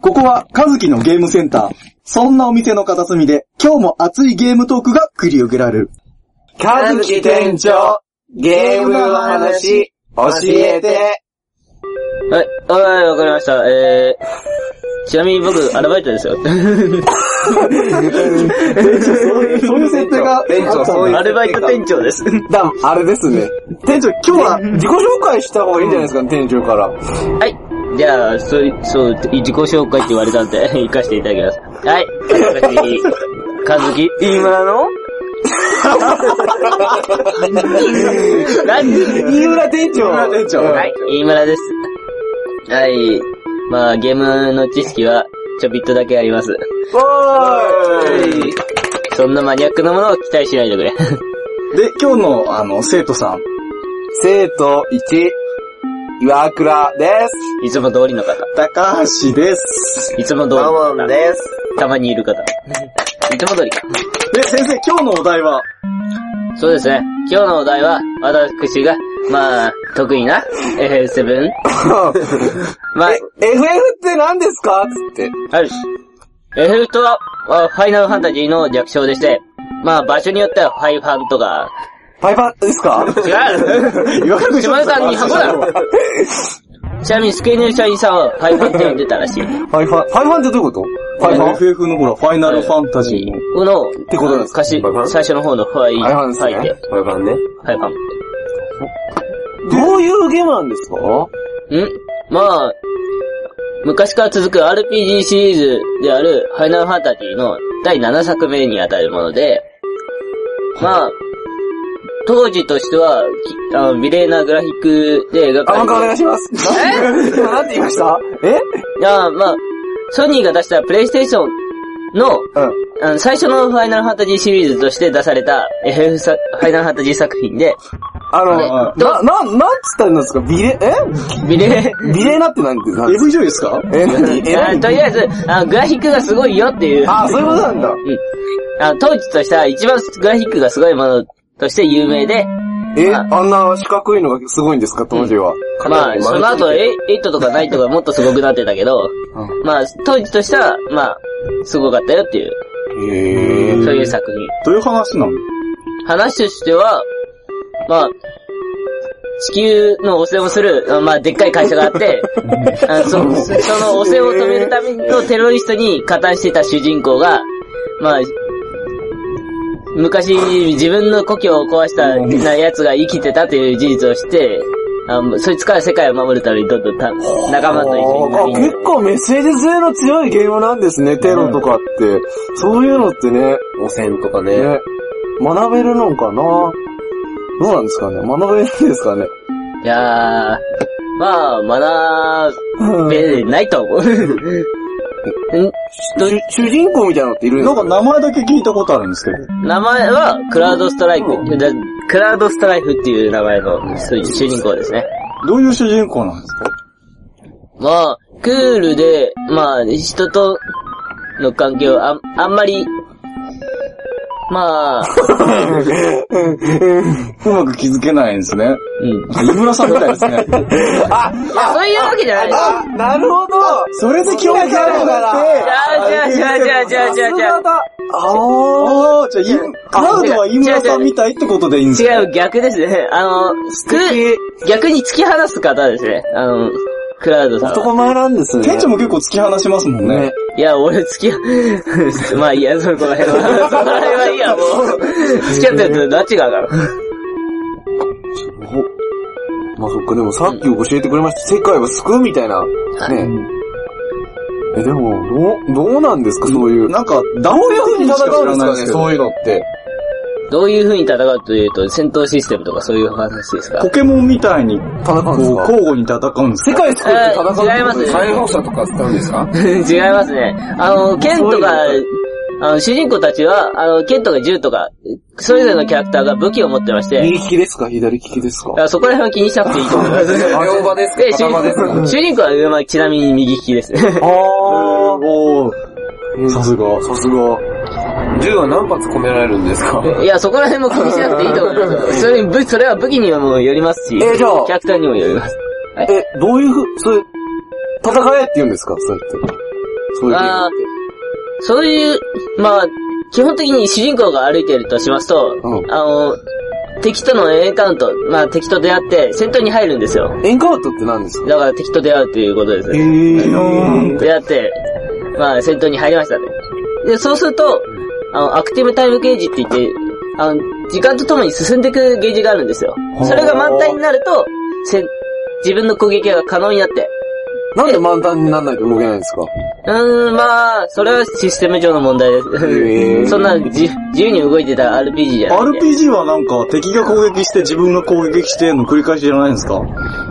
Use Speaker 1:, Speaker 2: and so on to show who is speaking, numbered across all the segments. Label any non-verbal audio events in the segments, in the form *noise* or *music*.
Speaker 1: ここは、かずきのゲームセンター。そんなお店の片隅で、今日も熱いゲームトークが繰り広げられる。
Speaker 2: かずき店長、ゲームの話、教えて。
Speaker 3: はい、はい、わかりました。えー、ちなみに僕、アルバイト *laughs* ですよ。
Speaker 1: そういう、そういう設定があったん
Speaker 2: 店長そういう
Speaker 1: だ。
Speaker 3: アルバイト店長です。
Speaker 2: だ、あれですね。店長、今日は自己紹介した方がいいんじゃないですか、店長から。
Speaker 3: はい。じゃあ、そうい、そう、自己紹介って言われたんで、 *laughs* 行かせていただきます。はい。かずき。今の *laughs* 何
Speaker 2: 飯浦店
Speaker 1: 飯
Speaker 2: 長。
Speaker 1: 浦店長
Speaker 3: はい、飯村です。はい。まあ、ゲームの知識は、ちょびっとだけあります。
Speaker 2: おーい。
Speaker 3: そんなマニアックなものを期待しないでくれ。 *laughs*
Speaker 1: で、今日の、あの、生徒さん。
Speaker 2: 生徒1、岩倉です。
Speaker 3: いつも通りの方。
Speaker 1: 高橋です。
Speaker 3: いつも通りの方。
Speaker 2: です。 *laughs*
Speaker 3: たまにいる方。いつも通りか。
Speaker 1: で、先生、今日のお題は、
Speaker 3: そうですね。今日のお題は、私が、まあ、得意な、えー、セブン。まあ、
Speaker 2: FF って何ですかつって。
Speaker 3: はい。エフェルトは、まあファイナルファンタジーの略称でして、まあ、場所によってはファイファンとか、
Speaker 2: パイパですか
Speaker 3: 違
Speaker 2: *laughs*
Speaker 3: う
Speaker 1: 岩倉
Speaker 3: 島田さんに箱だろちなみに、スケニュー社員さんはファイファンって呼んでた
Speaker 2: *laughs*
Speaker 3: らしい。
Speaker 2: パイパン、パイパンってどういうことパイパン
Speaker 1: FF のほら、ファイナルファンタジーの。
Speaker 3: の、
Speaker 2: てことなんです
Speaker 3: 歌詞
Speaker 2: ファイファン
Speaker 3: 最初の方のファイ、
Speaker 2: ファイファンですね
Speaker 3: ファイで
Speaker 4: これからね。
Speaker 3: ファイファン。
Speaker 2: どういうゲームなんですか
Speaker 3: んまあ、昔から続く RPG シリーズであるファイナルファンタジーの第7作目にあたるもので、まあ、当時としては、きあの美麗なグラフィックで描
Speaker 2: あ、もう
Speaker 3: か
Speaker 2: 一回お願
Speaker 3: れ
Speaker 2: いします。 *laughs* え今何て言いましたえ
Speaker 3: て、あまあ、ソニーが出したプレイステーションの
Speaker 2: うん。
Speaker 3: あの最初のファイナルファンタジーシリーズとして出された FF さファイナルファンタジー作品で、
Speaker 2: あの、
Speaker 1: は
Speaker 2: な、な、なんつったんですかビレ、え
Speaker 3: 美麗、
Speaker 2: ビレなってなんて、なん
Speaker 1: FF 女優ですか
Speaker 2: え、何
Speaker 3: *laughs* あ
Speaker 2: え、
Speaker 3: とりあえずあの、グラフィックがすごいよっていう。
Speaker 2: あ、そういうことなんだ。
Speaker 3: あの当時としては一番グラフィックがすごいものとして有名で、
Speaker 2: え、
Speaker 3: ま
Speaker 2: あんな四角いのがすごいんですか当時は。
Speaker 3: まあ、その後エイ8とか9とかもっとすごくなってたけど、まあ、当時としては、まあ、すごかったよっていう、
Speaker 2: へ
Speaker 3: そういう作品。
Speaker 1: どういう話なの
Speaker 3: 話としては、まあ、地球の汚染をする、あまあ、でっかい会社があって、あのそそその汚染を止めるためのテロリストに加担してた主人公が、まあ、昔自分の故郷を壊したな奴が生きてたという事実を知って、あのそいつから世界を守るためにどんどんた仲間と一緒に
Speaker 2: あ、結構メッセージ性の強いゲームなんですね、テロとかって。そういうのってね、
Speaker 4: 汚染とかね。
Speaker 2: ね、学べるのかなどうなんですかね学べるんですかね
Speaker 3: いやー、まあ、学べないと *laughs* 思う。ん
Speaker 2: 主主人公みたいなのっているんで
Speaker 1: な
Speaker 2: す
Speaker 1: んか
Speaker 2: か
Speaker 1: 名前だけ聞いたことあるんですけど。
Speaker 3: 名前は、クラウドストライク、だクラウドストライフっていう名前の主主人公ですね。
Speaker 1: どういう主人公なんですか
Speaker 3: まあ、クールで、まあ、人との関係をあんあんまり、まあ、
Speaker 1: うまく気づけないんですね。
Speaker 3: うん。
Speaker 1: 飯村さんみたいですね。
Speaker 3: そういうわけじゃないです。
Speaker 2: あ、なるほど
Speaker 1: それで今日やるんだって。
Speaker 3: じゃあじゃあじゃあじゃあじゃあじゃ
Speaker 2: さすが
Speaker 3: あ
Speaker 2: だあ
Speaker 1: ああ、じゃあ、いカードは飯村さんみたいってことでいいんですか
Speaker 3: 違う、逆ですね。あの、クー逆に突き放す方ですね。あの、クラウド
Speaker 2: ー
Speaker 3: さんは。
Speaker 2: 男前なんですね。
Speaker 1: 店長も結構突き放しますもんね。
Speaker 2: ね。
Speaker 3: いや、俺付き合う、 *laughs* まあいいや、そこら辺は。そこら辺はいいや、もう。付き合ってると、拉致が上がる。
Speaker 2: おまあそっか、でもさっき教えてくれました。世界を救うみたいな。ね。え、でも、どう、どうなんですか、そういう。
Speaker 1: なんか、ダウン役にしか知らないですけど、
Speaker 2: そういうのって。
Speaker 3: どういう風に戦うというと、戦闘システムとかそういう話ですか
Speaker 1: ポケモンみたいに、
Speaker 2: 戦う
Speaker 1: こ
Speaker 2: ん
Speaker 1: う
Speaker 2: です、か
Speaker 1: 交互に戦うんです
Speaker 2: 世
Speaker 1: か
Speaker 2: 界救って戦うってこと
Speaker 3: 違います
Speaker 2: ですか
Speaker 4: 才能者とか使うんですか
Speaker 3: *laughs* 違いますね。あの、剣とか、あの、主人公たちは、あの、剣とか銃とか、それぞれのキャラクターが武器を持ってまして、
Speaker 2: 右利きですか左利きですか
Speaker 3: あそこら辺は気にしなくていいと思います。
Speaker 4: 両場ですか
Speaker 3: で、主
Speaker 4: 片場ですか
Speaker 3: 人主人公は、まあ、ちなみに右利きです。
Speaker 2: あー。
Speaker 1: おー、さすが。
Speaker 2: さすが。
Speaker 4: 銃は何発込められるんですか
Speaker 3: いや、そこら辺も気にしなくていいと思います。それに武それは武器にもよりますし、
Speaker 2: えじゃあ
Speaker 3: キャラクターにもよります。
Speaker 2: え、どういうふう、それ、戦えって言うんですかそうやって。そういうゲーム
Speaker 3: あ
Speaker 2: って。
Speaker 3: そういう、まあ、基本的に主人公が歩いてるとしますと、
Speaker 2: うん
Speaker 3: あの、敵とのエンカウント、まあ敵と出会って戦闘に入るんですよ。
Speaker 2: エンカウントって何ですか
Speaker 3: だから敵と出会うということです
Speaker 2: え
Speaker 3: ね。
Speaker 2: ー。
Speaker 3: 出会って、まあ戦闘に入りましたね。で、そうすると、あの、アクティブタイムゲージって言って、あの、時間とともに進んでいくゲージがあるんですよ。
Speaker 2: ほう
Speaker 3: それが満タンになると、せ自分の攻撃が可能になって、
Speaker 2: なんで満タンにならないと動けないんですか
Speaker 3: うーん、まあ、それはシステム上の問題
Speaker 2: へ
Speaker 3: で
Speaker 2: ー
Speaker 3: す。そんな自自由に動いてた RPG じゃないんで。
Speaker 1: RPG はなんか敵が攻撃して自分が攻撃しての繰り返しじゃないんですか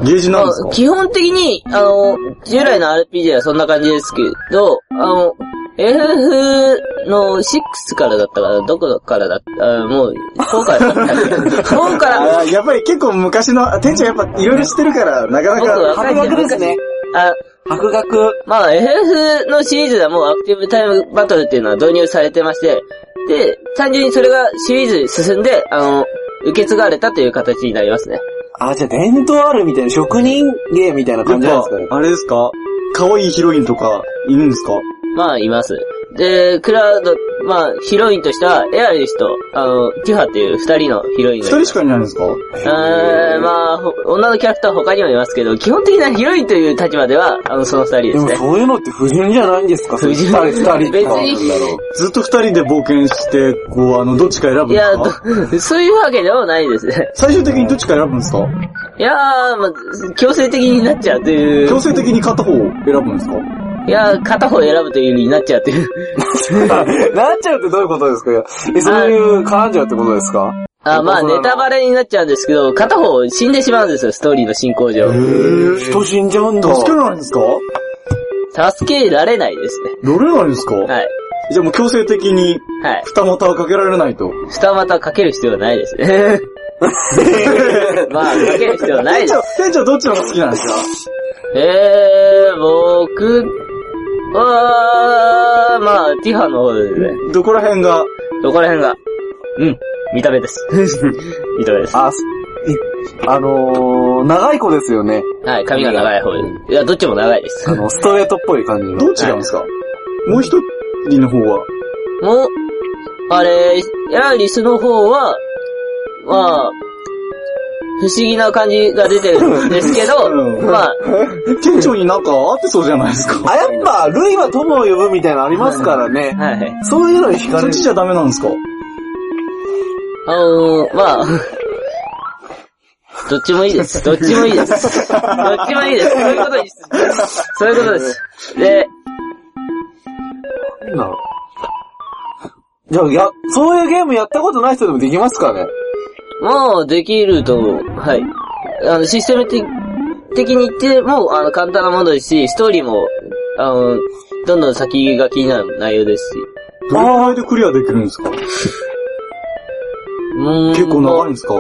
Speaker 1: ゲージなんです
Speaker 3: まあ
Speaker 1: か
Speaker 3: 基本的に、あの、従来の RPG はそんな感じですけど、あの、FF の6からだったかな、どこからだったあもう、4か
Speaker 1: *laughs*
Speaker 3: らだったかな4から、
Speaker 1: あーやっぱり結構昔の、店長やっぱいろいろしてるから、なかな
Speaker 3: 僕
Speaker 1: か。
Speaker 3: 若いんで
Speaker 2: ですね。
Speaker 3: あ、
Speaker 2: 白学。
Speaker 3: まあ FF のシリーズはもうアクティブタイムバトルっていうのは導入されてまして、で、単純にそれがシリーズ進んで、あの、受け継がれたという形になりますね。
Speaker 2: あ、じゃあ伝統あるみたいな、職人芸みたいな
Speaker 1: や
Speaker 2: 感
Speaker 1: っ
Speaker 2: じなんですかね。
Speaker 1: ぱ、あれですか可愛いヒロインとか、いるんですか
Speaker 3: まあ、います。で、クラウド、まあ、ヒロインとしては、エアリスと、あの、ティファっていう二人のヒロイン
Speaker 1: 一
Speaker 3: がいま
Speaker 1: 人
Speaker 3: す
Speaker 1: しかいないんですか
Speaker 3: えー、まあ、ほ女のキャラクターは他にもいますけど、基本的なヒロインという立場では、あの、その二人
Speaker 2: で
Speaker 3: です
Speaker 2: も
Speaker 3: ね。
Speaker 2: そういうのって不純じゃないんですか
Speaker 3: 不
Speaker 2: 二
Speaker 3: 純
Speaker 2: 人、二人とか。
Speaker 3: 別に
Speaker 2: なんだろう
Speaker 1: ずっと二人で冒険して、こう、あの、どっちか選ぶん
Speaker 3: い
Speaker 1: です
Speaker 3: や、
Speaker 1: か
Speaker 3: ど *laughs* そういうわけでもないですね。
Speaker 1: 最終的にどっちか選ぶんですか
Speaker 3: いやー、まあ、強制的になっちゃうという。
Speaker 1: 強制的に片方を選ぶんですか
Speaker 3: いやー、片方選ぶというようになっちゃう
Speaker 1: *laughs*
Speaker 3: という。
Speaker 2: *laughs* なっちゃうってどういうことですかえ、そういう絡んじゃうってことですか
Speaker 3: あまあ、
Speaker 2: そうな
Speaker 3: ネ
Speaker 2: の
Speaker 3: タバレになっちゃうんですけど、片方死んでしまうんですよ、ストーリーの進行上。
Speaker 1: ー
Speaker 2: 人死んじゃうんだ。
Speaker 1: 助けられないんですか
Speaker 3: 助けられないですね。
Speaker 1: 乗れないんですか
Speaker 3: はい。
Speaker 1: じゃあもう強制的に、
Speaker 3: はい。
Speaker 1: 二股をかけられないと。
Speaker 3: 二股かける必要はないですね。まあ、かける必要はない
Speaker 1: 店
Speaker 3: で
Speaker 1: *laughs*
Speaker 3: す
Speaker 1: 長。、店長どっちの方が好きなんですか
Speaker 3: えー、僕は、まあ、ティファの方ですね。
Speaker 1: どこら辺が、
Speaker 3: どこら辺が。うん、見た目です。見た目です。は
Speaker 2: あ、すいあのー、長い子ですよね。
Speaker 3: い、髪が長い方です。いや、どっちも長いです
Speaker 2: あ。の、ストレートっぽい感じの。
Speaker 1: どっちなんですかもう一人の方は、
Speaker 3: もう、あれ、やはりその方は、まあ、不思議な感じが出てるんですけど、
Speaker 1: うん
Speaker 3: まあ、
Speaker 1: 店長になんか合ってそうじゃないですか
Speaker 2: あ、やっぱ、ルイは友を呼ぶみたいなのありますからね。
Speaker 3: はいはい。
Speaker 2: そういうのに惹か
Speaker 1: そ
Speaker 2: れ
Speaker 1: っ
Speaker 2: る
Speaker 1: ち。じゃダメなんですか
Speaker 3: あのー、まあ、 *laughs* どっちもいいです。どっちもいいです。どっちもいいです。そういうことです。そういうことです。で、
Speaker 2: なんだろうじゃあ、や、そういうゲームやったことない人でもできます *laughs* かね
Speaker 3: もうできると、はい。あの、システム的的に言っても、あの、簡単なものですし、ストーリーも、あの、どんどん先が気になる内容ですし。
Speaker 1: どれぐらいでクリアできるんですか
Speaker 3: うーん
Speaker 1: 結構長いんですか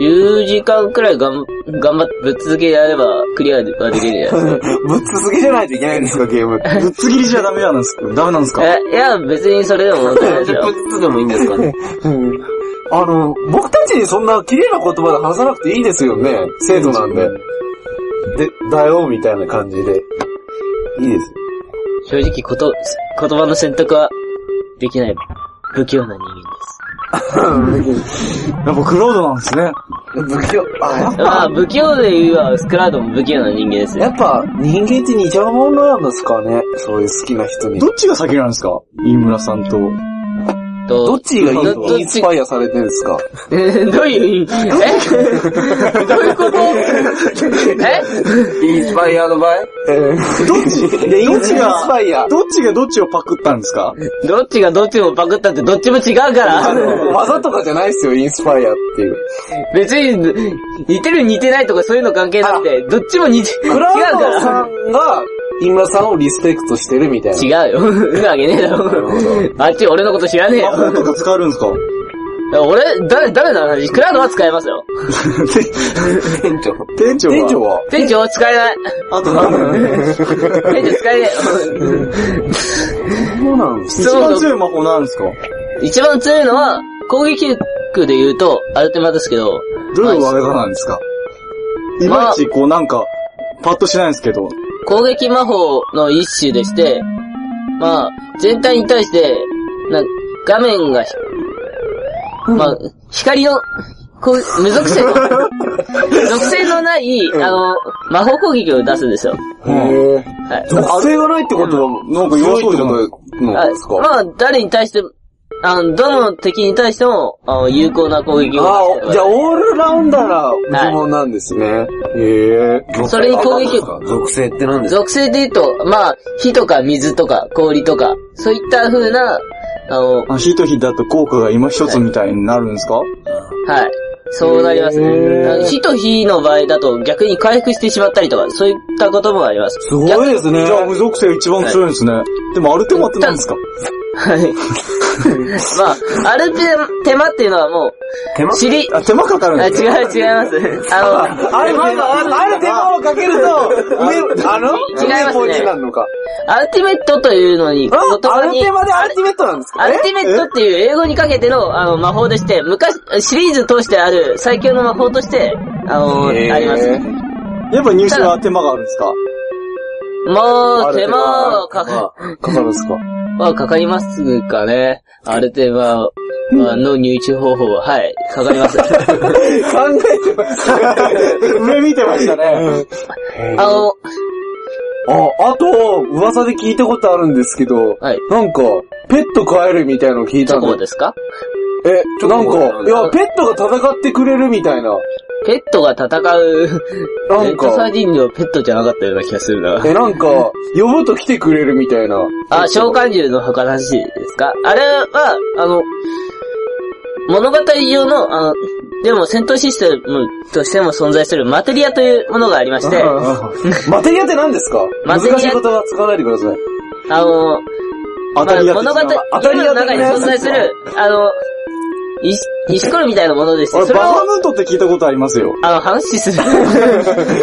Speaker 3: 10時間くらいがん、頑張って、ぶっ続けやれば、クリアはでき
Speaker 1: *laughs*
Speaker 3: るじゃないですか。
Speaker 2: ぶっ続けじゃないといけないんですか、ゲームって。
Speaker 1: ぶっつ切りじゃダメなんですかダメなんですか
Speaker 3: え、いや、別にそれでも問題ないです
Speaker 4: 10
Speaker 3: よ。
Speaker 4: 分ずつでもいいんですかね。
Speaker 2: うんあの、僕たちにそんな綺麗な言葉で話さなくていいですよね。生徒なんで。で、だよ、みたいな感じで。いいです
Speaker 3: 正直こと、言葉の選択は、できない、不器用な人間です。
Speaker 1: やっぱクロードなんですね。
Speaker 2: よ。不器用。あ、やっ
Speaker 3: まあ、
Speaker 2: ぱ、
Speaker 3: 不器用で言うは、スクラウドも不器用な人間です
Speaker 2: や
Speaker 3: よ。
Speaker 2: っぱ人間って似ちゃうものなんですかね。そういう好きな人に。
Speaker 1: どっちが先なんですか飯村さんと。
Speaker 3: と
Speaker 2: どっちがイン
Speaker 3: どどっ
Speaker 2: インス
Speaker 3: ち
Speaker 2: パイアされてるんですか
Speaker 3: えーどういう意味えどういうことえ
Speaker 4: インスパイアドバイ
Speaker 2: えー
Speaker 1: どっち
Speaker 2: イン
Speaker 1: どっち
Speaker 2: スパ
Speaker 1: が、
Speaker 2: イア。
Speaker 1: どっちがどっちをパクったんですか
Speaker 3: どっちがどっちもパクったってどっちも違うから。
Speaker 2: わざとかじゃないですよ、インスパイアっていう。
Speaker 3: 別に、似てる似てないとかそういうの関係なくて、どっちも似て、違う
Speaker 2: クラウドさ
Speaker 3: か
Speaker 2: んが、イ村さんをリスペクトしてるみたいな。
Speaker 3: ら。違うよ。うわけねえだろ。
Speaker 2: *laughs*
Speaker 3: あっち俺のこと知らねえ
Speaker 1: 魔法と
Speaker 3: よ。
Speaker 1: か使えるんですか
Speaker 3: 俺、誰、誰の話クラウドは使えますよ。
Speaker 4: 店長。
Speaker 1: 店長は
Speaker 2: 店長は
Speaker 3: 店長は使えない。
Speaker 1: あと何
Speaker 3: 店長使えねえよ。
Speaker 2: そうなんです
Speaker 1: 一番強い魔法なんですか
Speaker 3: 一番強いのは、攻撃力で言うと、アルテマですけど、
Speaker 1: どういう技なんですかいまいちこうなんか、パッとしないんですけど、
Speaker 3: 攻撃魔法の一種でして、まあ、全体に対して、な画面がひ、まあ、光の、こう、無属性
Speaker 2: *laughs*
Speaker 3: の、属性のない、あの、魔法攻撃を出すんですよ。
Speaker 2: へえ。
Speaker 3: はい。
Speaker 2: 属性がないってことは、なんか弱そうじゃない
Speaker 3: あ
Speaker 2: のですか。
Speaker 3: まあ、誰に対しても、あの、どの敵に対しても、あの、有効な攻撃を
Speaker 2: あ
Speaker 3: 出して
Speaker 2: あ、
Speaker 3: る
Speaker 2: じゃあ、オールラウンダーな呪文なんですね。へえ。
Speaker 3: それに攻撃
Speaker 4: 属性って何ですか
Speaker 3: 属性で言うと、まあ、火とか水とか氷とか、そういった風な、あの、
Speaker 1: あ火と火だと効果が今一つみたいになるんですか
Speaker 3: はい。そうなりますね。あの火と火の場合だと逆に回復してしまったりとか、そういったこともあります。
Speaker 2: すごいですね。
Speaker 1: じゃあ無属性一番強いんですね。でもある手間って何ですか
Speaker 3: はい。 *laughs* まあ、ある手間っていうのはも
Speaker 4: 手間
Speaker 3: う、知り、
Speaker 1: あ、手間かかるん
Speaker 3: あ、違
Speaker 1: で
Speaker 3: う
Speaker 1: すか
Speaker 2: *laughs*
Speaker 3: 違います。あの、
Speaker 2: あれ、まず、あれ手間をかけると、上、あの
Speaker 3: すね
Speaker 2: 上ポイントになるのか。
Speaker 3: アルティメットというのに、言
Speaker 2: あ、あ
Speaker 3: 葉
Speaker 2: れ
Speaker 3: に
Speaker 2: 手、間でアルティメットなんですか
Speaker 3: アルティメットっていう英語にかけての、あの、魔法でして、昔、シリーズ通してある最強の魔法として、あの、あ
Speaker 2: えー
Speaker 3: ります。
Speaker 1: やっぱ入手は手間があるんですか
Speaker 3: ま
Speaker 2: あ
Speaker 3: あ、
Speaker 2: れ
Speaker 3: 手間はかか
Speaker 2: かかるんですか。
Speaker 3: はかかりますかね。ある程度は、まあ、の入手方法は、はい、かかります。 *laughs* あ
Speaker 2: 考えてました。上見てましたね。
Speaker 3: の、
Speaker 2: あ、あと、噂で聞いたことあるんですけど、
Speaker 3: はい。
Speaker 2: なんか、ペット飼えるみたいなの聞い
Speaker 3: チ
Speaker 2: た
Speaker 3: ョ
Speaker 2: ん
Speaker 3: コ
Speaker 2: で。
Speaker 3: ですか
Speaker 2: え、なん
Speaker 4: コ
Speaker 2: か、いや、ペットが戦ってくれるみたいな。
Speaker 3: ペットが戦う、
Speaker 2: な
Speaker 3: レ
Speaker 2: ん
Speaker 3: ッドサー
Speaker 2: か、
Speaker 3: ディンのペットじゃなかったような気がするな。
Speaker 2: え、なんか、呼ぶと来てくれるみたいな。
Speaker 3: あ、召喚獣の話ですかあれは、あの、物語上の、あの、でも戦闘システムとしても存在するマテリアというものがありまして、あ
Speaker 2: マテリアって何ですか
Speaker 3: マテリア
Speaker 2: 難しい言葉使わないでください。
Speaker 1: 当
Speaker 3: の、ま
Speaker 1: た
Speaker 3: あ
Speaker 1: り屋
Speaker 3: 物語、
Speaker 2: 当たり
Speaker 3: 今
Speaker 2: 屋
Speaker 3: の
Speaker 2: 的な
Speaker 3: 中に
Speaker 2: やつ
Speaker 3: 存在する、あの、石、石ころみたいなものでして、
Speaker 1: 俺、
Speaker 3: それ
Speaker 1: バハ
Speaker 3: を、
Speaker 1: ムントって聞いたことありますよ。
Speaker 3: あの、話する。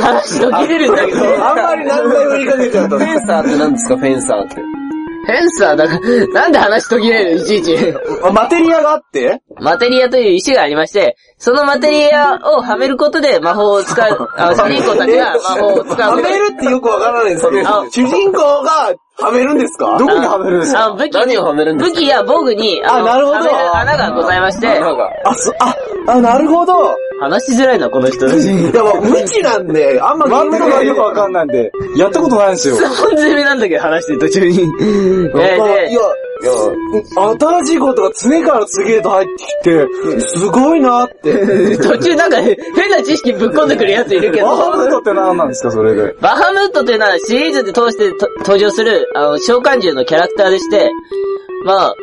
Speaker 3: 話途切れるんだけど。
Speaker 2: あんまり何回振りかけちゃうと
Speaker 4: フ。ェンサーって何ですかフェンサーって。
Speaker 3: フェンサーだから、なんで話途切れるいちいち。
Speaker 2: あマテリアがあって
Speaker 3: マテリアという石がありまして、そのマテリアをはめることで魔法を使う、あ主人公たちが魔法を使
Speaker 2: は
Speaker 3: う。
Speaker 2: めるってよくわからないですけど
Speaker 3: あ、
Speaker 2: 主人公がはめるんですか
Speaker 1: どこにはめるんですか
Speaker 3: あの武器
Speaker 4: 何をはめるんです
Speaker 3: 武器や防具に、あの
Speaker 2: あなるほど
Speaker 3: はめる穴がございまして、
Speaker 4: なんか、
Speaker 2: あ、そ、あ、あ、なるほど。
Speaker 3: 話しづらいな、この
Speaker 2: *laughs*
Speaker 3: 人たち。
Speaker 2: いや、まあ無知なんで、あんま
Speaker 1: 真ん中がよくわかんないんで、やったことないんですよ。
Speaker 3: 本攻めなんだけど話してる途中に。
Speaker 2: いや
Speaker 3: え
Speaker 2: いや、
Speaker 4: いや、
Speaker 2: 新しいことが次から次へと入ってきて、すごいなって。
Speaker 3: で、途中なんか変な知識ぶっ込んでくるやついるけ
Speaker 1: バハムン
Speaker 3: ど、
Speaker 1: トって何なんですか、それで。
Speaker 3: バハムットというのはシリーズで通してと登場する、あの、召喚獣のキャラクターでして、まあ、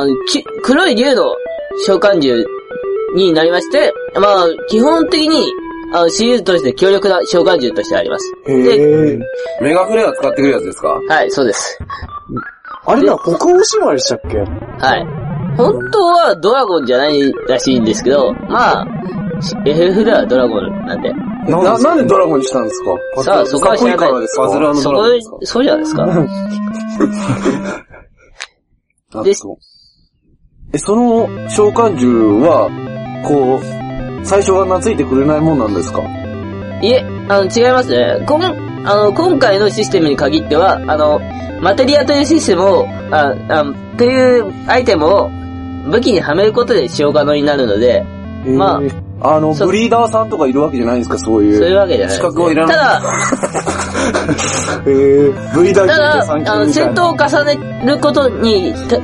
Speaker 3: あの、き黒い竜の召喚獣になりまして、まあ、基本的に、あの、シリーズとして強力な召喚獣としてあります。で、
Speaker 1: へえ。
Speaker 4: メガフレア使ってくるやつですか
Speaker 3: はい、そうです。
Speaker 1: あれだ、北欧島でしたっけ
Speaker 3: はい。本当はドラゴンじゃないらしいんですけど、まあ、FF ではドラゴンなんで。
Speaker 2: な、なんでドラゴンにしたんですか
Speaker 3: さあ、そこは知ら
Speaker 2: かっこいい
Speaker 3: ない
Speaker 2: からですか
Speaker 4: パズル
Speaker 3: そ
Speaker 4: ドラ
Speaker 3: こ
Speaker 4: ゴンですか、
Speaker 3: そうじゃないですか。
Speaker 2: あ
Speaker 3: で
Speaker 2: そうえ、その召喚獣は、こう、最初は懐いてくれないもんなんですか
Speaker 3: いえ、あの、違いますね。こん、あの、今回のシステムに限っては、あの、マテリアというシステムを、あ、あ、というアイテムを武器にはめることで使用可能になるので、ま
Speaker 2: あ、あの、
Speaker 3: そう
Speaker 2: ブリーダーさんとかいるわけじゃないんですか、そう
Speaker 3: そうい
Speaker 2: いう。
Speaker 3: うわけじゃないです、ね。
Speaker 4: 資格はいらない
Speaker 3: ただ、
Speaker 1: へえ。V ダ
Speaker 3: た
Speaker 1: ー
Speaker 3: だ、
Speaker 1: 級で
Speaker 3: あの、
Speaker 1: 3級
Speaker 3: 戦
Speaker 1: みたいな。
Speaker 3: 闘を重ねることに、た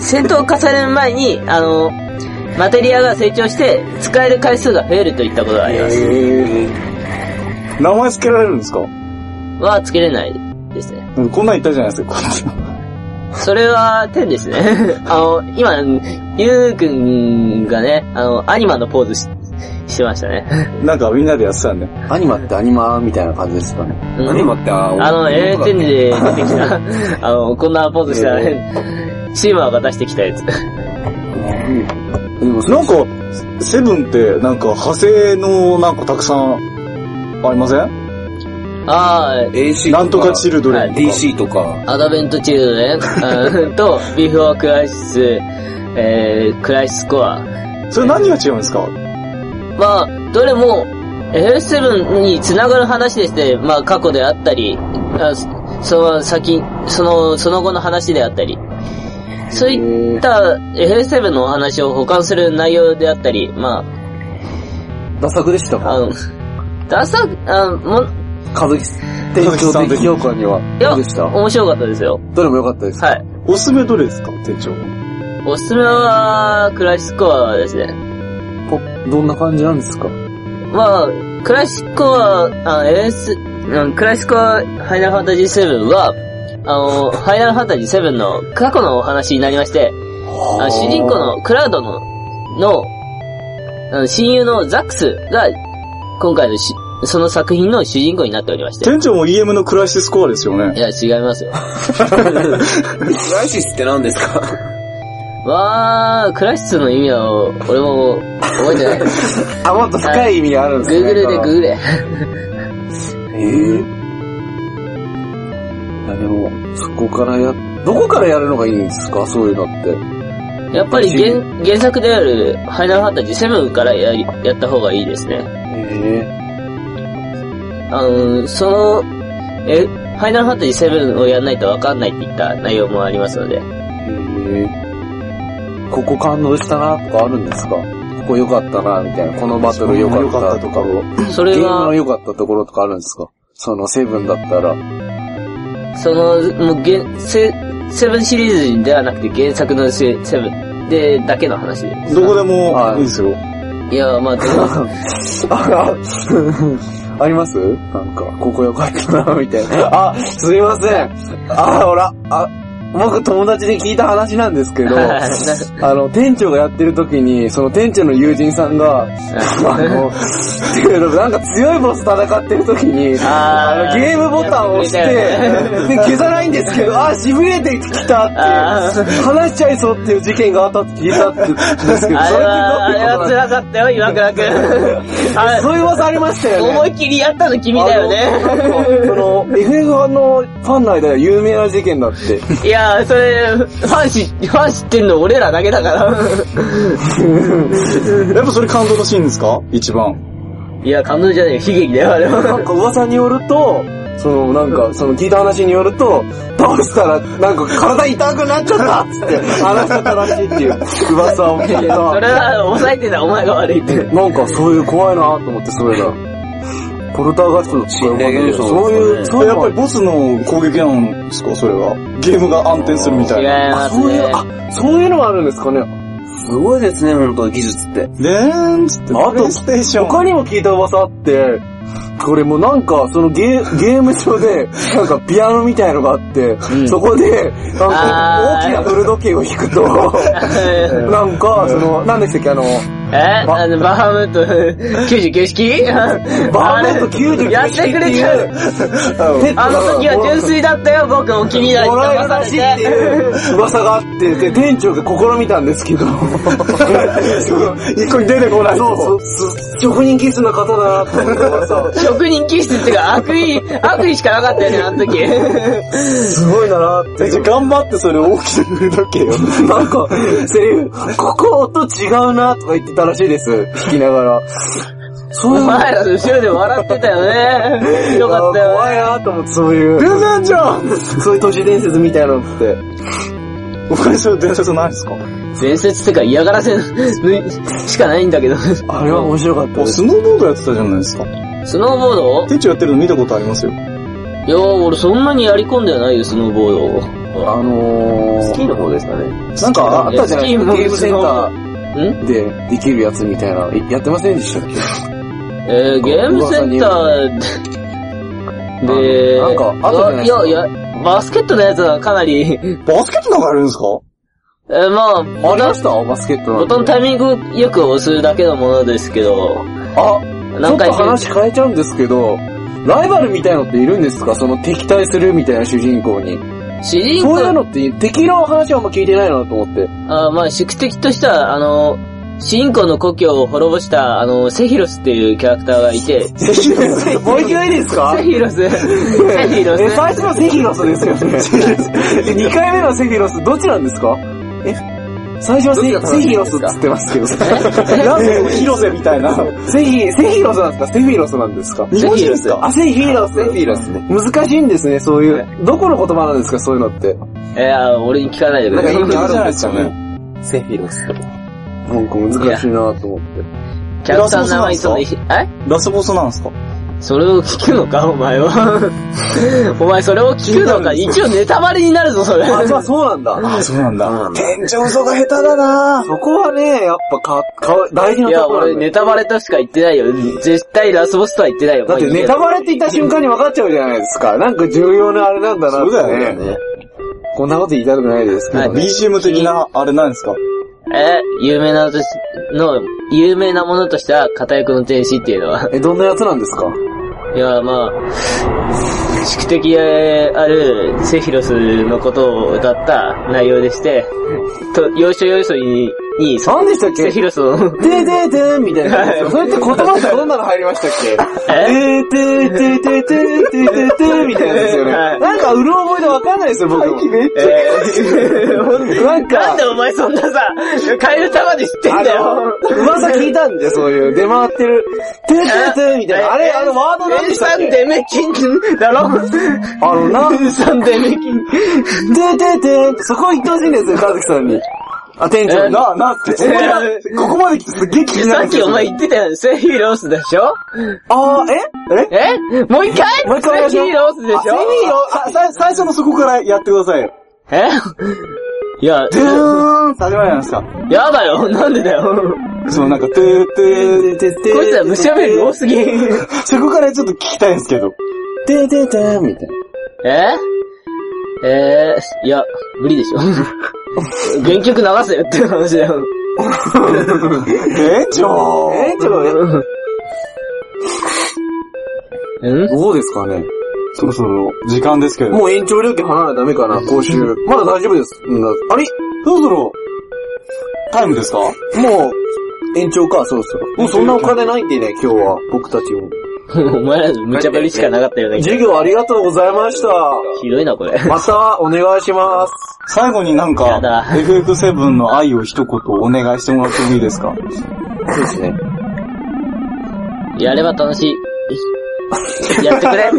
Speaker 3: 戦闘を重ねる前に、あの、マテリアが成長して、使える回数が増えるといったことがあります。
Speaker 1: へえ。名前付けられるんですか
Speaker 3: は、つけれないですね。
Speaker 1: うんこんなん言ったじゃないですか、 *laughs* こんな
Speaker 3: それは、天ですね。あの、今、ゆうくんがね、あの、アニマのポーズし、してましたね。
Speaker 1: なんかみんなでやってたんで。
Speaker 2: アニマってアニマみたいな感じですかね。
Speaker 3: うん
Speaker 4: アニマって、あ
Speaker 3: あの、
Speaker 4: え
Speaker 3: a 天で出てきた、あの、こんなポーズしたらね、チーマーが出してきたやつ。
Speaker 2: でもそ
Speaker 1: なんか、セブンってなんか派生のなんかたくさんありません
Speaker 3: ああ、
Speaker 4: AC
Speaker 1: なんとかチルドレンとか。
Speaker 4: DC とか、
Speaker 3: アドベントチルドレンうんと、ビフォークライシス、えー、クライシスコア。
Speaker 1: それ何が違うんですか
Speaker 3: まあ、どれも、 FF7 に繋がる話でして、まあ過去であったり、あそその先、その、その後の話であったり、そういった FF7 のお話を保管する内容であったり、ま
Speaker 2: ダサくでした
Speaker 3: あ、あ
Speaker 2: か
Speaker 3: の、ダサ、あも、
Speaker 2: 和樹店長的評価には。
Speaker 3: いや、
Speaker 2: どうでした
Speaker 3: 面白かったですよ。
Speaker 2: どれも良かったです。
Speaker 3: はい。
Speaker 1: おすすめどれですか店長。
Speaker 3: おすすめは、クラシックはですね。
Speaker 2: こどんな感じなんですか
Speaker 3: まあ、クラシックは、あの、s うん、クラシックは、ファイナルファンタジー7は、あの、ファイナルファンタジー7の過去のお話になりまして、あの主人公のクラウドの、の、あの親友のザックスが、今回のし、その作品の主人公になっておりまして。
Speaker 1: 店長も EM のクライシスコアですよ
Speaker 3: い
Speaker 1: ね。
Speaker 3: や、違いますよ。
Speaker 4: クライシスって何ですか
Speaker 3: わー、クラシスの意味は、俺も、覚えてない。
Speaker 2: *laughs* あ、もっと深い意味があるんですね。
Speaker 3: Google で
Speaker 2: この
Speaker 3: Google で。
Speaker 2: ええいやでも、そこからや、どこからやるのがいいんですかそういうのって。
Speaker 3: やっぱり原原作である、ファイナルファンタジー7からやりやった方がいいですね。
Speaker 2: え
Speaker 3: あの、その、え、ファイナルファンタジー7をやらないとわかんないって言った内容もありますので。
Speaker 2: えここ感動したなとかあるんですかここ良かったなみたいな。このバトル良かったとか。
Speaker 3: そ
Speaker 2: ゲ
Speaker 3: れ
Speaker 2: ームの
Speaker 3: は、
Speaker 2: 良かったところとかあるんですかそのセブンだったら。
Speaker 3: その、もうげセ、セブンシリーズではなくて原作のセセブンで、だけの話です。
Speaker 1: どこでも
Speaker 2: はい
Speaker 1: いいですよ。
Speaker 3: いや、まあ、でも
Speaker 2: あ *laughs* あありますなんか、ここ良かったな、みたいな。あ、すいません。あ、ほら、あ、僕友達で聞いた話なんですけ
Speaker 3: *laughs*
Speaker 2: ど、
Speaker 3: はい
Speaker 2: あの、店長がやってる時に、その店長の友人さん
Speaker 3: *laughs*
Speaker 2: が、あの、けどなんか強いボス戦ってる時に、あ
Speaker 3: あ
Speaker 2: の、ゲームボタンを押して、で、消さないんですけ
Speaker 3: *laughs*
Speaker 2: ど、あ、痺れてきた
Speaker 3: あ
Speaker 2: って、話しちゃいそうっていう事件があったって聞いたって言うんですけど、
Speaker 3: あ
Speaker 2: それってどう
Speaker 3: れは、あ
Speaker 2: いう
Speaker 3: れ
Speaker 2: ことなん
Speaker 3: は
Speaker 2: ですか
Speaker 3: 辛かったよ、岩倉くん。あ
Speaker 2: そういう噂ありましたよね。
Speaker 3: 思いっきりやったの君だよね。
Speaker 2: ね。その、FF1 のファンの間では有名な事件だって。
Speaker 3: いやー、それ、ファンし、ファン知ってんの俺らだけだから。
Speaker 1: やっぱそれ感動のシーンですか一番。
Speaker 3: いや、感動じゃないよ、悲劇だよ、あれ
Speaker 2: なん
Speaker 3: は。
Speaker 2: か噂によると、そのなんか、その聞いた話によると、倒したらなんか体痛くなっちゃったっつって話してたらしいっていう噂を聞い
Speaker 3: それ
Speaker 2: た。
Speaker 3: は、抑えてた、お前が悪いって。
Speaker 2: なんかそういう怖いなと思って、それだ。ポルターガストと
Speaker 4: 心霊現象ですかね
Speaker 2: そういう、そういう
Speaker 1: やっぱりボスの攻撃なんですかそれは。ゲームが暗転するみた
Speaker 3: 違
Speaker 1: い
Speaker 3: い
Speaker 1: な。
Speaker 2: あ、
Speaker 3: ます
Speaker 2: そういう
Speaker 3: ね、。
Speaker 2: あ、そういうのもあるんですかね。
Speaker 4: すごいですね、本当技術って。
Speaker 1: でーんつって、プ
Speaker 2: あと
Speaker 1: レイステーション。
Speaker 2: 他にも聞いた噂あって、これもうなんか、そのゲー、ゲーム上で、なんかピアノみたいのがあって、
Speaker 3: ん
Speaker 2: そこで、なんか
Speaker 3: あ、ー
Speaker 2: 大きな古時計を弾くと、なんか、その、なんでしたっけ、あの、
Speaker 3: *laughs* えあの、バハムー *laughs* ト、99式
Speaker 2: バーメント99
Speaker 3: やってくれちゃう
Speaker 2: ペット
Speaker 3: あの
Speaker 2: が
Speaker 3: 時は純粋だったよ、僕も君らに
Speaker 2: もらえ
Speaker 3: 騙
Speaker 2: る
Speaker 3: さ
Speaker 2: ら
Speaker 3: れ
Speaker 2: しいって
Speaker 3: て。
Speaker 2: いう噂があって、で、店長が試みたんですけ
Speaker 3: *laughs*
Speaker 2: ど、
Speaker 1: 一個に出てこない。
Speaker 2: そうそう、す職人気質な方だなって思ってさ、
Speaker 3: 職人気質っていうか、悪
Speaker 2: *laughs*
Speaker 3: 意、悪意しかなかったよね、あの時。
Speaker 2: すごいんだなって
Speaker 1: え。じゃあ頑張ってそれ大きく振るだけよ。
Speaker 2: *laughs* なんか、セリフ、ここ音違うなとか言ってたらしいです。聞きながら。
Speaker 3: お
Speaker 2: そういう
Speaker 3: 前らの後ろで笑ってたよね。よかったよね。
Speaker 2: 怖いなと思って、そういう、
Speaker 1: 全然じゃん
Speaker 2: そういう都市伝説みたいなのって。
Speaker 1: 他にそういう伝説ないですか
Speaker 3: 伝説ってか嫌がらせのしかないんだけど。
Speaker 2: あれは面白かった
Speaker 1: お、
Speaker 2: です。
Speaker 1: スノーボードやってたじゃないですか。
Speaker 3: スノーボード
Speaker 1: 店長やってるの見たことありますよ。
Speaker 3: いやー、俺そんなにやり込んではないよ、スノーボードを。
Speaker 2: あのー、スキーの方ですかね。なんかあったじゃないですか、
Speaker 3: い
Speaker 2: ゲー
Speaker 3: や
Speaker 2: ム
Speaker 3: スキ
Speaker 2: セ
Speaker 3: ー
Speaker 2: ンタ
Speaker 3: も
Speaker 2: ーでできるやつみたいな、いやってませんでしたっけ
Speaker 3: えー、ゲームセンターで、
Speaker 2: なんかあったじゃないですか
Speaker 3: や、や、バスケットのやつはかなり、 *laughs* えー、
Speaker 1: バスケットなんかやるんですか
Speaker 3: まあ、
Speaker 2: ありましたバスケット
Speaker 3: ボ
Speaker 2: の。
Speaker 3: タンタイミングよく押すだけのものですけど、
Speaker 2: あ、ちょ
Speaker 3: 何
Speaker 2: っと
Speaker 3: 回か
Speaker 2: 話変えちゃうんですけど、ライバルみたいのっているんですかその敵対するみたいな主人公に。
Speaker 3: 主人
Speaker 2: そういう
Speaker 3: 公、
Speaker 2: のって敵の話はあんま聞いてないなと
Speaker 4: *laughs*
Speaker 2: 思って。
Speaker 3: あーまあ、宿敵としては、あの、主人公の故郷を滅ぼした、あの、セヒロスっていうキャラクターがいて、
Speaker 2: セヒロス、もう一回いいですか
Speaker 4: *laughs*
Speaker 3: セヒロス。セヒロ
Speaker 2: え、
Speaker 3: ス。
Speaker 2: 最初のセヒロスですよね。2回目のセヒロス、どっちなんですか最初は
Speaker 4: どっちが
Speaker 2: セ
Speaker 4: 正
Speaker 2: セ
Speaker 4: しい
Speaker 2: ヒ
Speaker 4: ん
Speaker 2: ロ
Speaker 4: で
Speaker 2: ス
Speaker 4: す
Speaker 2: っ
Speaker 4: か
Speaker 2: つってますけど。
Speaker 4: *laughs*
Speaker 2: ラ
Speaker 1: えー広瀬みたいな。
Speaker 2: セヒ、セヒロスなんですかセフィロスなんですか
Speaker 1: 日本人ですか
Speaker 2: あ、セヒロス。
Speaker 4: セフィロスね。
Speaker 2: 難しいんですね、そういう。どこの言葉なんですか、そういうのって。
Speaker 3: いや、俺に聞かないでく
Speaker 4: な
Speaker 3: れ
Speaker 4: んか意
Speaker 3: よ。
Speaker 4: 味あるんですかね。セフィロス。
Speaker 2: なんか難しいなと思って。
Speaker 3: キャラクターの名前いつもいじ、え
Speaker 1: ラスボスなんですか
Speaker 3: それを聞くのか、お前は。
Speaker 2: *laughs*
Speaker 3: お前それを聞くのか。一応ネタバレになるぞ、それ。
Speaker 2: あ、まあそうなんだ。
Speaker 1: あ、そうなんだ。
Speaker 4: 店
Speaker 1: 店長嘘が下手だなぁ。
Speaker 2: そこはね、やっぱか、か、大事ない
Speaker 3: や、
Speaker 2: ところ
Speaker 3: 俺
Speaker 2: なんだ
Speaker 3: ネ
Speaker 2: よ。
Speaker 3: タバレとしか言ってないよ。絶対ラスボスとは言ってないよ。
Speaker 2: だってネタバレって言った瞬間に分かっちゃうじゃないですか。なんか重要なあれなんだなって
Speaker 1: そうだよ
Speaker 4: ね。
Speaker 2: こんなこと言いたくないですけどね。
Speaker 1: BGM 的な、あれなんですか
Speaker 3: え、有名なとし、の、有名なものとしては、片翼の天使っていうのは。 *laughs*
Speaker 2: え、どんなやつなんですか
Speaker 3: いや、まあ、宿敵であるセフィロスのことを歌った内容でして、と、要所要所に、に、そ
Speaker 2: 何でしたっけ
Speaker 3: セフィロス
Speaker 2: *laughs*
Speaker 3: の、
Speaker 2: てーてーてーみたいなやつ。それって言葉ってどんなの入りましたっけ
Speaker 3: え
Speaker 2: てーてーてーてーてーてーてーてーみたいなやつですよね。
Speaker 3: はい
Speaker 2: なんかうる覚えでわかんないですよ、僕も。
Speaker 3: え
Speaker 2: なん
Speaker 3: な
Speaker 2: か
Speaker 3: んで、お前そんなさ、替え歌まで知ってん
Speaker 2: あ
Speaker 3: だよ。
Speaker 2: の、噂聞いたんで、そういう、出回ってる、てーてーてーみたいな。あれ、あのワードなんでしたっ
Speaker 3: エンサン
Speaker 2: け
Speaker 3: デメキンだろエ
Speaker 2: あの、な、
Speaker 3: ンサンデメキン。
Speaker 2: てーてーてーって、そこ行ってほしいんですよ、かずきさんに。あ、店長に。
Speaker 1: なあ、なあって、そこまで、ここまで来てすっげえ気にな
Speaker 3: さ
Speaker 1: るん
Speaker 3: っ
Speaker 1: です
Speaker 3: き
Speaker 1: よ
Speaker 3: お前言ってたよね。セフィロスでしょ
Speaker 2: あー、ええ
Speaker 3: えもう一回
Speaker 2: もう一回お願いしま
Speaker 3: セフ
Speaker 2: す
Speaker 3: ィロスでしょ
Speaker 2: あセフィロ
Speaker 1: ささ最初のそこからやってくださいよ。
Speaker 3: えいや、
Speaker 1: ドゥーンって始まりなんですか
Speaker 3: やだよ、なんでだよ。
Speaker 1: そのなんか、トゥートゥー
Speaker 2: てーてーてー
Speaker 3: こいつら無茶ぶり多すぎ。え
Speaker 1: そこからちょっと聞きたいんですけど。
Speaker 2: てーてーてーみたいな。
Speaker 3: えー、いや、無理でしょ。原曲流せよっていう話だよ。
Speaker 1: 店長
Speaker 2: えー、ちょっと、
Speaker 3: うん
Speaker 2: どうですかね
Speaker 1: そろそろ時間ですけど。
Speaker 2: もう延長料金払わないとダメかな、講習。まだ大丈夫です。うんあれ
Speaker 1: そろそろ、タイムですか
Speaker 2: もう、延長か、そろそろ。もうそんなお金ないんでね、今日は、僕たちも。
Speaker 3: お前ら無茶ぶりしかなかったよね。
Speaker 2: 授業ありがとうございました。
Speaker 3: ひどいな、これ。
Speaker 2: また、お願いします。
Speaker 1: 最後になん
Speaker 3: や
Speaker 1: か
Speaker 3: だ、
Speaker 1: FF7 の愛を一言お願いしてもらってもいいですか
Speaker 2: そうですね。
Speaker 3: やれば楽しい。やってくれ。